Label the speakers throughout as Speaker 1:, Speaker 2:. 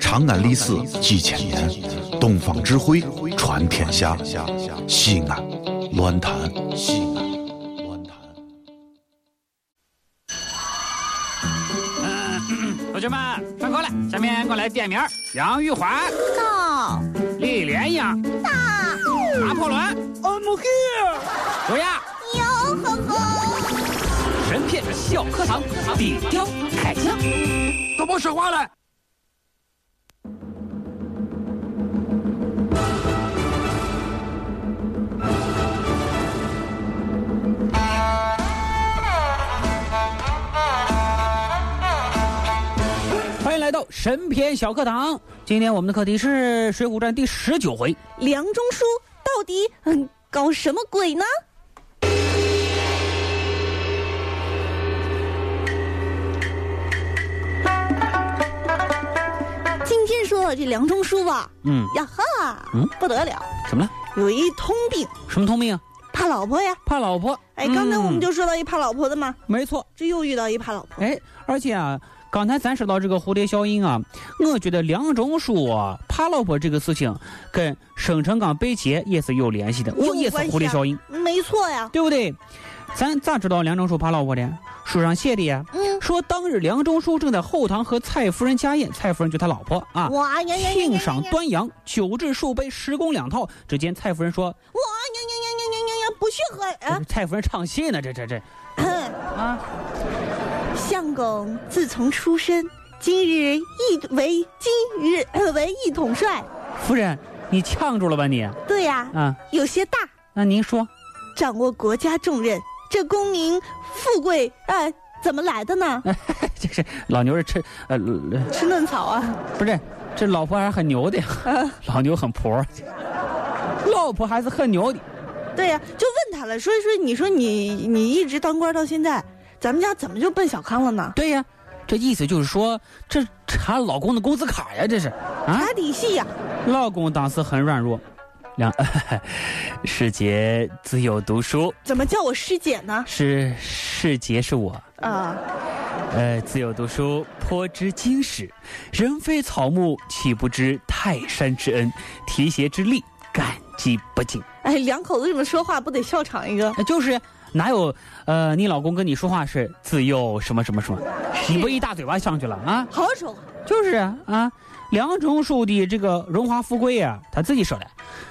Speaker 1: 长安历史几千年，东方智慧传天下。西安，乱谈西安，乱谈。
Speaker 2: 同学们，上课了，下面我来点名：杨玉环、
Speaker 3: 到
Speaker 2: 李莲英、
Speaker 3: 大
Speaker 2: 拿破仑、I'm here、卓雅。
Speaker 3: 哟呵呵，
Speaker 2: 神片小课堂，底雕开枪，都别说话了。欢迎来到神篇小课堂。今天我们的课题是《水浒传》第十九回。
Speaker 3: 梁中书到底嗯搞什么鬼呢？今天说这梁中书啊，
Speaker 2: 嗯，
Speaker 3: 呀哈，
Speaker 2: 嗯
Speaker 3: 不得了，
Speaker 2: 怎么了？
Speaker 3: 有一通病，
Speaker 2: 什么通病啊？
Speaker 3: 怕老婆呀。
Speaker 2: 怕老婆。
Speaker 3: 哎，刚才我们
Speaker 2: 就、
Speaker 3: 就说到一怕老婆的嘛，
Speaker 2: 没错。
Speaker 3: 这又遇到一怕老婆。
Speaker 2: 哎，而且啊，刚才咱说到这个蝴蝶效应啊，我觉得梁中书啊怕老婆这个事情跟生辰纲被劫也是有联系的，
Speaker 3: 有
Speaker 2: 也是
Speaker 3: 关系啊
Speaker 2: 蝴蝶效应，
Speaker 3: 没错呀，
Speaker 2: 对不对？咱咋知道梁中书怕老婆的？书上写的呀，
Speaker 3: 嗯，
Speaker 2: 说当日梁中书正在后堂和蔡夫人家宴，蔡夫人就他老婆啊。
Speaker 3: 哇呀呀呀呀呀呀，
Speaker 2: 庆赏
Speaker 3: 呀呀呀
Speaker 2: 端阳，酒至数杯，十公两套。只见蔡夫人说哎
Speaker 3: 呀呀呀呀，不许喝：“
Speaker 2: 这
Speaker 3: 啊
Speaker 2: 是！蔡夫人唱戏呢，这这这 啊，
Speaker 3: 相公自从出身，今日一为今日、 呃、为一统帅。
Speaker 2: 夫人，你呛住了吧你？
Speaker 3: 对呀、
Speaker 2: 啊，
Speaker 3: 有些大，
Speaker 2: 那您说，
Speaker 3: 掌握国家重任，这功名富贵，哎、怎么来的呢？
Speaker 2: 这是老牛是吃呃呃
Speaker 3: 吃嫩草啊！
Speaker 2: 不是，这老婆还是很牛的， 老牛很婆儿，老婆还是很牛的。
Speaker 3: 对呀、就问他了，说一说，你说你你一直当官到现在，咱们家怎么就奔小康了呢？
Speaker 2: 对呀，这意思就是说，这查老公的工资卡呀，这是啊。
Speaker 3: 打底细呀、
Speaker 2: 老公当时很软弱，两 师姐自幼读书，
Speaker 3: 怎么叫我师姐呢？
Speaker 2: 是师姐是我，
Speaker 3: 啊，
Speaker 2: 呃，自幼读书颇知经史，人非草木，岂不知泰山之恩，提携之力，感激不尽。
Speaker 3: 哎，两口子这么说话，不得笑场一个？
Speaker 2: 那就是哪有呃，你老公跟你说话是自幼什么什么什么，你不一大嘴巴上去了啊？
Speaker 3: 好好说话，
Speaker 2: 就是啊啊，梁中书的这个荣华富贵啊，他自己说的，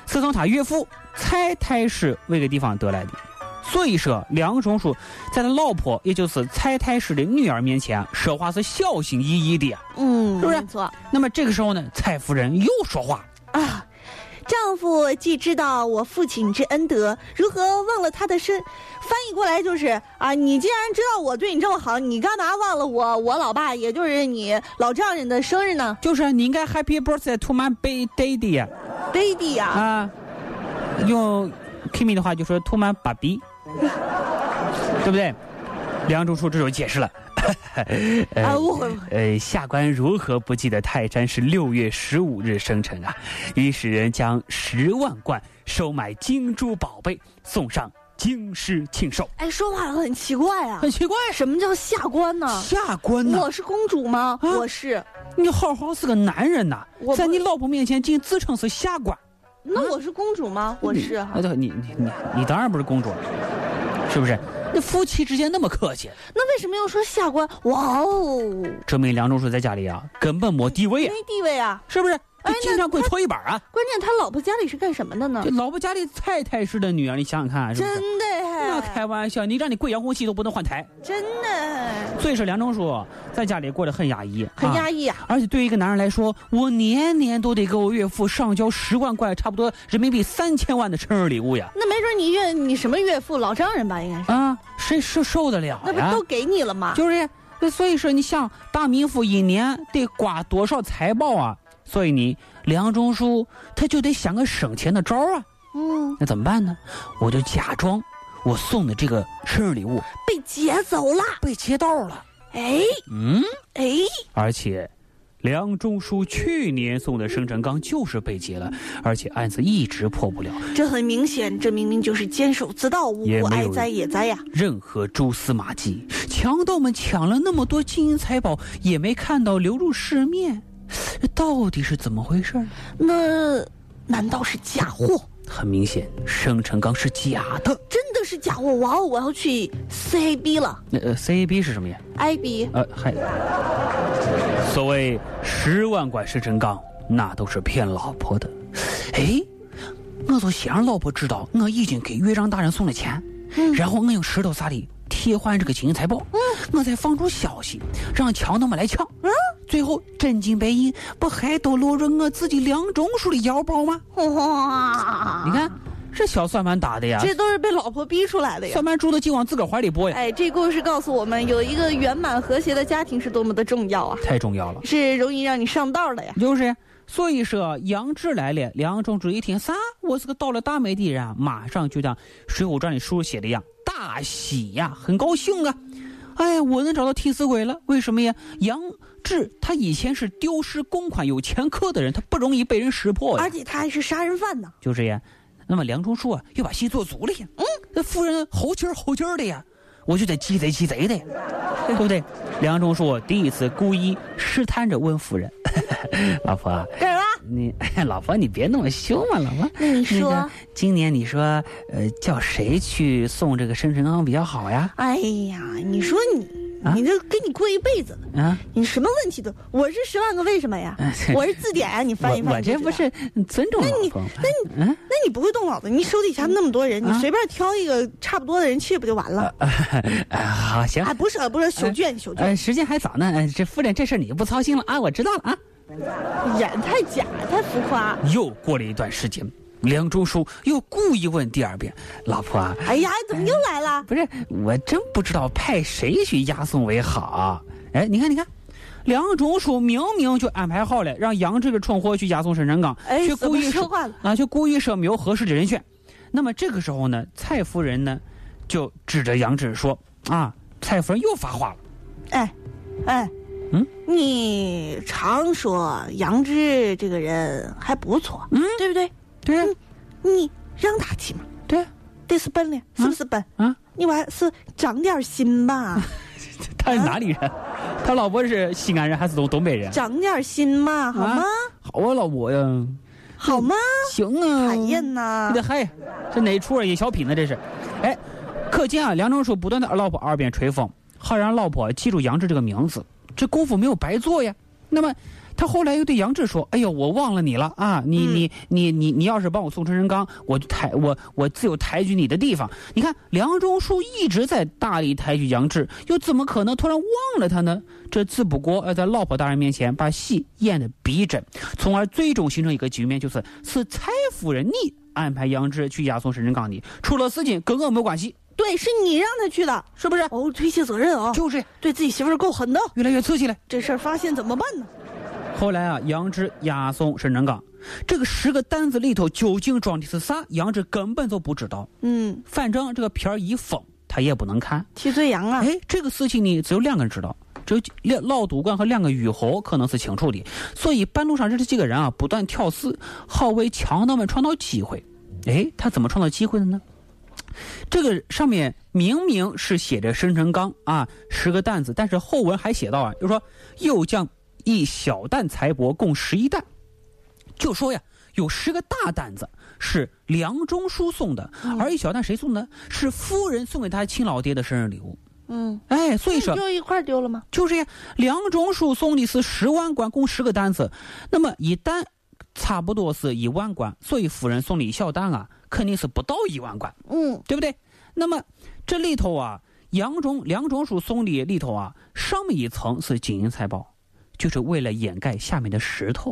Speaker 2: 是从他岳父蔡太师那个地方得来的。所以说，梁中书在他老婆，也就是蔡太师的女儿面前啊说话是小心翼翼的呀。
Speaker 3: 嗯，
Speaker 2: 是不是
Speaker 3: 没错。
Speaker 2: 那么这个时候呢，蔡夫人又说话，
Speaker 3: 啊，丈夫既知道我父亲之恩德，如何忘了他的身？翻译过来就是啊，你既然知道我对你这么好，你干嘛忘了我我老爸，也就是你老丈人的生日呢
Speaker 2: 就是你应该 Happy Birthday 啊 to my baby daddy 呀
Speaker 3: ，baby 呀、
Speaker 2: 啊，用 Kimi 的话就说 “to my baby”，对不对？梁中书这时候解释了，
Speaker 3: 啊，误会误会，
Speaker 2: 呃，下官如何不记得泰山是六月十五日生辰啊？于是人将十万贯收买金珠宝贝，送上京师庆寿。
Speaker 3: 哎，说话很奇怪啊，
Speaker 2: 很奇怪，啊
Speaker 3: 什么叫下官呢？
Speaker 2: 下官呐、
Speaker 3: 我是公主吗？
Speaker 2: 啊
Speaker 3: 我是，
Speaker 2: 你好好是个男人呐、
Speaker 3: 我不
Speaker 2: 在你老婆面前竟自称是下官。
Speaker 3: 那我是公主吗？我是哈
Speaker 2: 哎，。对，你你你你当然不是公主了，是不是？那夫妻之间那么客气，
Speaker 3: 那为什么要说下官？哇哦，
Speaker 2: 证明梁中书在家里啊根本没地位啊，
Speaker 3: 没地位啊！
Speaker 2: 是不是？
Speaker 3: 哎
Speaker 2: 就经常跪搓衣板啊！
Speaker 3: 关键他老婆家里是干什么的呢
Speaker 2: 这？老婆家里蔡太师的女儿，你想想看，是不是？
Speaker 3: 真的哎，
Speaker 2: 那开玩笑，你让你跪遥控器都不能换台，
Speaker 3: 真的哎。
Speaker 2: 所以说梁中书在家里过得很压抑，
Speaker 3: 很
Speaker 2: 抑。
Speaker 3: 压抑啊。
Speaker 2: 而且对于一个男人来说，我年年都得给我岳父上交十万块，差不多人民币三千万的生日礼物呀！
Speaker 3: 那没准你岳你什么岳父老丈人吧，应该是，
Speaker 2: 啊，谁受受得了
Speaker 3: 那不
Speaker 2: 呀？
Speaker 3: 都给你了吗？
Speaker 2: 就是，那所以说你想，大名府一年得刮多少财宝啊？所以你梁中书他就得想个省钱的招儿啊。
Speaker 3: 嗯，
Speaker 2: 那怎么办呢？我就假装我送的这个生日礼物
Speaker 3: 被劫走了。
Speaker 2: 被劫到了。
Speaker 3: 哎
Speaker 2: 嗯，
Speaker 3: 哎，
Speaker 2: 而且。梁中书去年送的生辰纲就是被劫了，而且案子一直破不了，
Speaker 3: 这很明显，这明明就是监守自盗，无
Speaker 2: 也
Speaker 3: 故
Speaker 2: 没有
Speaker 3: 哀哉也哉呀。
Speaker 2: 任何蛛丝马迹。强盗们抢了那么多金银财宝，也没看到流入市面，这到底是怎么回事儿呢？
Speaker 3: 那难道是假货？
Speaker 2: 很明显，生辰纲是假的。
Speaker 3: 真的是假货？哇哦，我要去 CAB 了
Speaker 2: 那呃，CAB 是什么呀？
Speaker 3: ，I B。
Speaker 2: 呃，还所谓十万管生辰纲，那都是骗老婆的。哎，我就想让老婆知道我已经给岳丈大人送了钱，
Speaker 3: 嗯
Speaker 2: 然后我用石头撒的替换这个金银财宝，我再放出消息让强盗们来抢。
Speaker 3: 嗯
Speaker 2: 最后真金白银不还都落入我自己梁中书的腰包吗？
Speaker 3: 哇，
Speaker 2: 你看，这小算盘打的呀，
Speaker 3: 啊这都是被老婆逼出来的呀
Speaker 2: 算。盘珠都就往自个儿怀里拨呀，
Speaker 3: 哎，这故事告诉我们，有一个圆满和谐的家庭是多么的重要啊！
Speaker 2: 太重要了。
Speaker 3: 是容易让你上道的呀。
Speaker 2: 就是呀，所以说杨志来了，梁仲志一听，啥？我是个到了大美的人啊，马上就像《水浒传》里书写的一样，大喜呀，很高兴啊。哎，我能找到替死鬼了？为什么呀？杨志他以前是丢失公款、有前科的人，他不容易被人识破呀
Speaker 3: 而。且他还是杀人犯呢。
Speaker 2: 就这样，那么梁中书啊，又把戏做足了呀。嗯，那夫人猴急儿猴急儿的呀，我就得鸡贼鸡贼的呀，对不对？梁中书啊第一次故意试探着问夫人：“ 老婆啊、
Speaker 3: 干什么？
Speaker 2: 你 哎老婆，你别那么凶嘛，老婆。
Speaker 3: 那你说
Speaker 2: 那个今年你说，呃，叫谁去送这个生辰纲比较好呀？
Speaker 3: 哎呀，你说你，
Speaker 2: 啊
Speaker 3: 你这跟你过一辈子了，
Speaker 2: 啊，
Speaker 3: 你什么问题都，我是十万个为什么呀，我是字典呀，你翻一
Speaker 2: 我
Speaker 3: 翻。
Speaker 2: 我
Speaker 3: 你就
Speaker 2: 这
Speaker 3: 知
Speaker 2: 不
Speaker 3: 道，
Speaker 2: 是嗯尊重老婆吗？嗯那你
Speaker 3: 那你不会动脑子，你手底下那么多人，你
Speaker 2: 啊
Speaker 3: 随便挑一个差不多的人去不就完了？
Speaker 2: 嗯，啊，好行
Speaker 3: 哎，，不是，不是，手绢，手绢，
Speaker 2: 呃，时间还早呢，呃这夫人这事儿你就不操心了啊，我知道了啊。
Speaker 3: 演太假，太浮夸。
Speaker 2: 又过了一段时间，梁中书又故意问第二遍：“老婆啊，
Speaker 3: 哎呀，怎么又来了？
Speaker 2: 不是，我真不知道派谁去押送为好。哎，你看，你看，梁中书明明就安排好了，让杨志个蠢货去押送沈辰纲，
Speaker 3: 哎
Speaker 2: 却，
Speaker 3: 怎
Speaker 2: 故
Speaker 3: 么
Speaker 2: 意
Speaker 3: 说
Speaker 2: 说
Speaker 3: 话了？
Speaker 2: 啊，却故意说没有合适的人选。那么这个时候呢，蔡夫人呢，就指着杨志说：“啊，蔡夫人又发话了，
Speaker 3: 哎，哎，
Speaker 2: 嗯，
Speaker 3: 你常说杨志这个人还不错，
Speaker 2: 嗯
Speaker 3: 对不对？嗯
Speaker 2: 对啊，
Speaker 3: 你让他去嘛，
Speaker 2: 对啊，
Speaker 3: 得是本领，是不是本？
Speaker 2: 啊，
Speaker 3: 你还是长点心 吧，
Speaker 2: 他是哪里人？啊他老婆是西安人还是东东北人？
Speaker 3: 长点心嘛，好吗？
Speaker 2: 好啊，老婆呀，
Speaker 3: 好吗？
Speaker 2: 行啊，
Speaker 3: 讨厌呐
Speaker 2: 你！得嗨，这哪出啊？也小品呢，这是。哎，可见啊，梁中书不断的老婆耳边吹风，好让老婆记住杨志这个名字，这功夫没有白做呀。那么。他后来又对杨志说：“哎呦，我忘了你了啊！你
Speaker 3: 嗯
Speaker 2: 你你你你要是帮我送生辰纲，我就抬我我自有抬举你的地方。你看，梁中书一直在大力抬举杨志，又怎么可能突然忘了他呢？这只不过呃，在老婆大人面前把戏演得逼真，从而最终形成一个局面，就是是蔡夫人你安排杨志去押送沈辰纲的，出了事情跟我没有关系，
Speaker 3: 对，是你让他去的，
Speaker 2: 是不是？
Speaker 3: 哦，推卸责任啊、
Speaker 2: 就是
Speaker 3: 对自己媳妇儿够狠的，
Speaker 2: 越来越刺激了。
Speaker 3: 这事儿发现怎么办呢？
Speaker 2: 后来啊，杨志押送沈辰纲，这个十个单子里头究竟装的是啥，杨志根本就不知道。
Speaker 3: 嗯，
Speaker 2: 反正这个片儿一封，他也不能看。
Speaker 3: 替罪羊啊，
Speaker 2: 哎，这个事情呢，只有两个人知道，只有几两老赌官和两个虞侯可能是清楚的。所以半路上这几个人啊，不断挑事，好为强盗们创造机会。哎，他怎么创造机会的呢？这个上面明明是写着生辰纲啊，十个担子，但是后文还写到啊，就说又将一小担财帛共十一担，就说呀，有十个大担子是梁中书送的，而一小担谁送的？是夫人送给他亲老爹的生日礼物。
Speaker 3: 嗯，
Speaker 2: 哎，所以说
Speaker 3: 就一块儿丢了吗？
Speaker 2: 就是呀，两种书送的是十万贯，共十个单子，那么一单差不多是一万贯，所以夫人送的一小单啊，肯定是不到一万贯，
Speaker 3: 嗯，
Speaker 2: 对不对？那么这里头啊，杨种两种书送的里头啊，上面一层是金银财宝，就是为了掩盖下面的石头，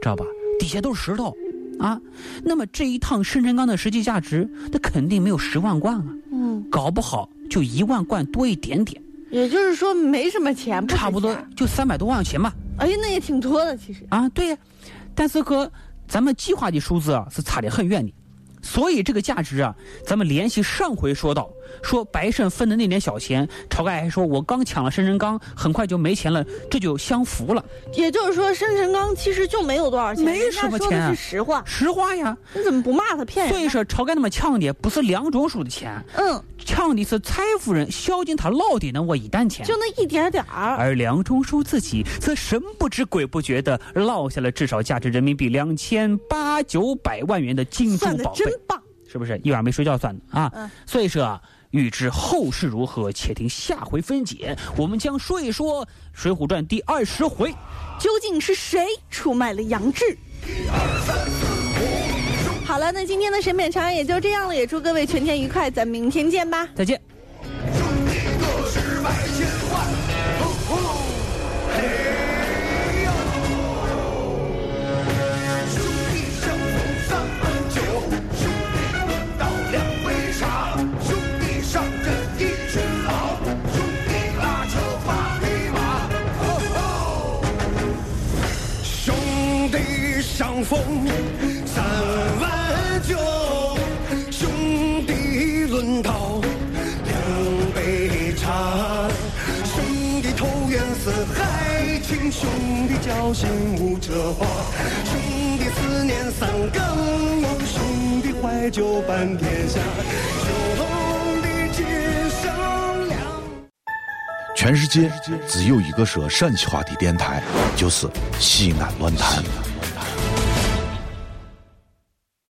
Speaker 2: 知道吧？底下都是石头啊。那么这一趟生辰纲的实际价值，那肯定没有十万贯啊，
Speaker 3: 嗯，
Speaker 2: 搞不好就一万贯多一点点。
Speaker 3: 也就是说没什么钱，值
Speaker 2: 差不多
Speaker 3: 钱
Speaker 2: 就三百多万钱吧。
Speaker 3: 哎，那也挺多的，其实。
Speaker 2: 啊，对呀、但是和咱们计划的数字啊是差得很远的，所以这个价值啊，咱们联系上回说到说白胜分的那点小钱，晁盖还说我刚抢了生辰纲，很快就没钱了，这就相符了，
Speaker 3: 也就是说，生辰纲其实就没有多少钱，
Speaker 2: 没
Speaker 3: 人家
Speaker 2: 什么
Speaker 3: 说
Speaker 2: 钱啊
Speaker 3: 的是实话，
Speaker 2: 实话呀。
Speaker 3: 你怎么不骂他骗
Speaker 2: 所以
Speaker 3: 人？
Speaker 2: 说，晁盖那么抢的不是梁中书的钱，
Speaker 3: 嗯，
Speaker 2: 抢的是蔡夫人、孝敬他老的那我一担钱。
Speaker 3: 就那一点点儿，
Speaker 2: 而梁中书自己则神不知鬼不觉地落下了至少价值人民币两千八九百万元的金珠
Speaker 3: 算的
Speaker 2: 宝贝
Speaker 3: 真，棒。
Speaker 2: 是不是？一晚没睡觉算的啊！
Speaker 3: 嗯
Speaker 2: 所以说啊，欲知后事如何，且听下回分解。我们将说一说《水浒传》第二十回。
Speaker 3: 究竟是谁出卖了杨志？好了，那今天的审美长也就这样了，也祝各位全天愉快，咱们明天见吧。
Speaker 2: 再见。
Speaker 4: 兄弟相逢三杯酒，兄弟论道两杯茶，兄弟上阵一群狼，兄弟拉车八匹马。哦吼！兄弟相逢三碗酒，兄弟论道两杯茶。兄弟投缘似海情，兄弟交心无车话。兄弟思念三更梦，兄弟怀旧伴天下。兄弟今生两。
Speaker 1: 全世界只有一个说陕西话的电台，就是西安乱坛。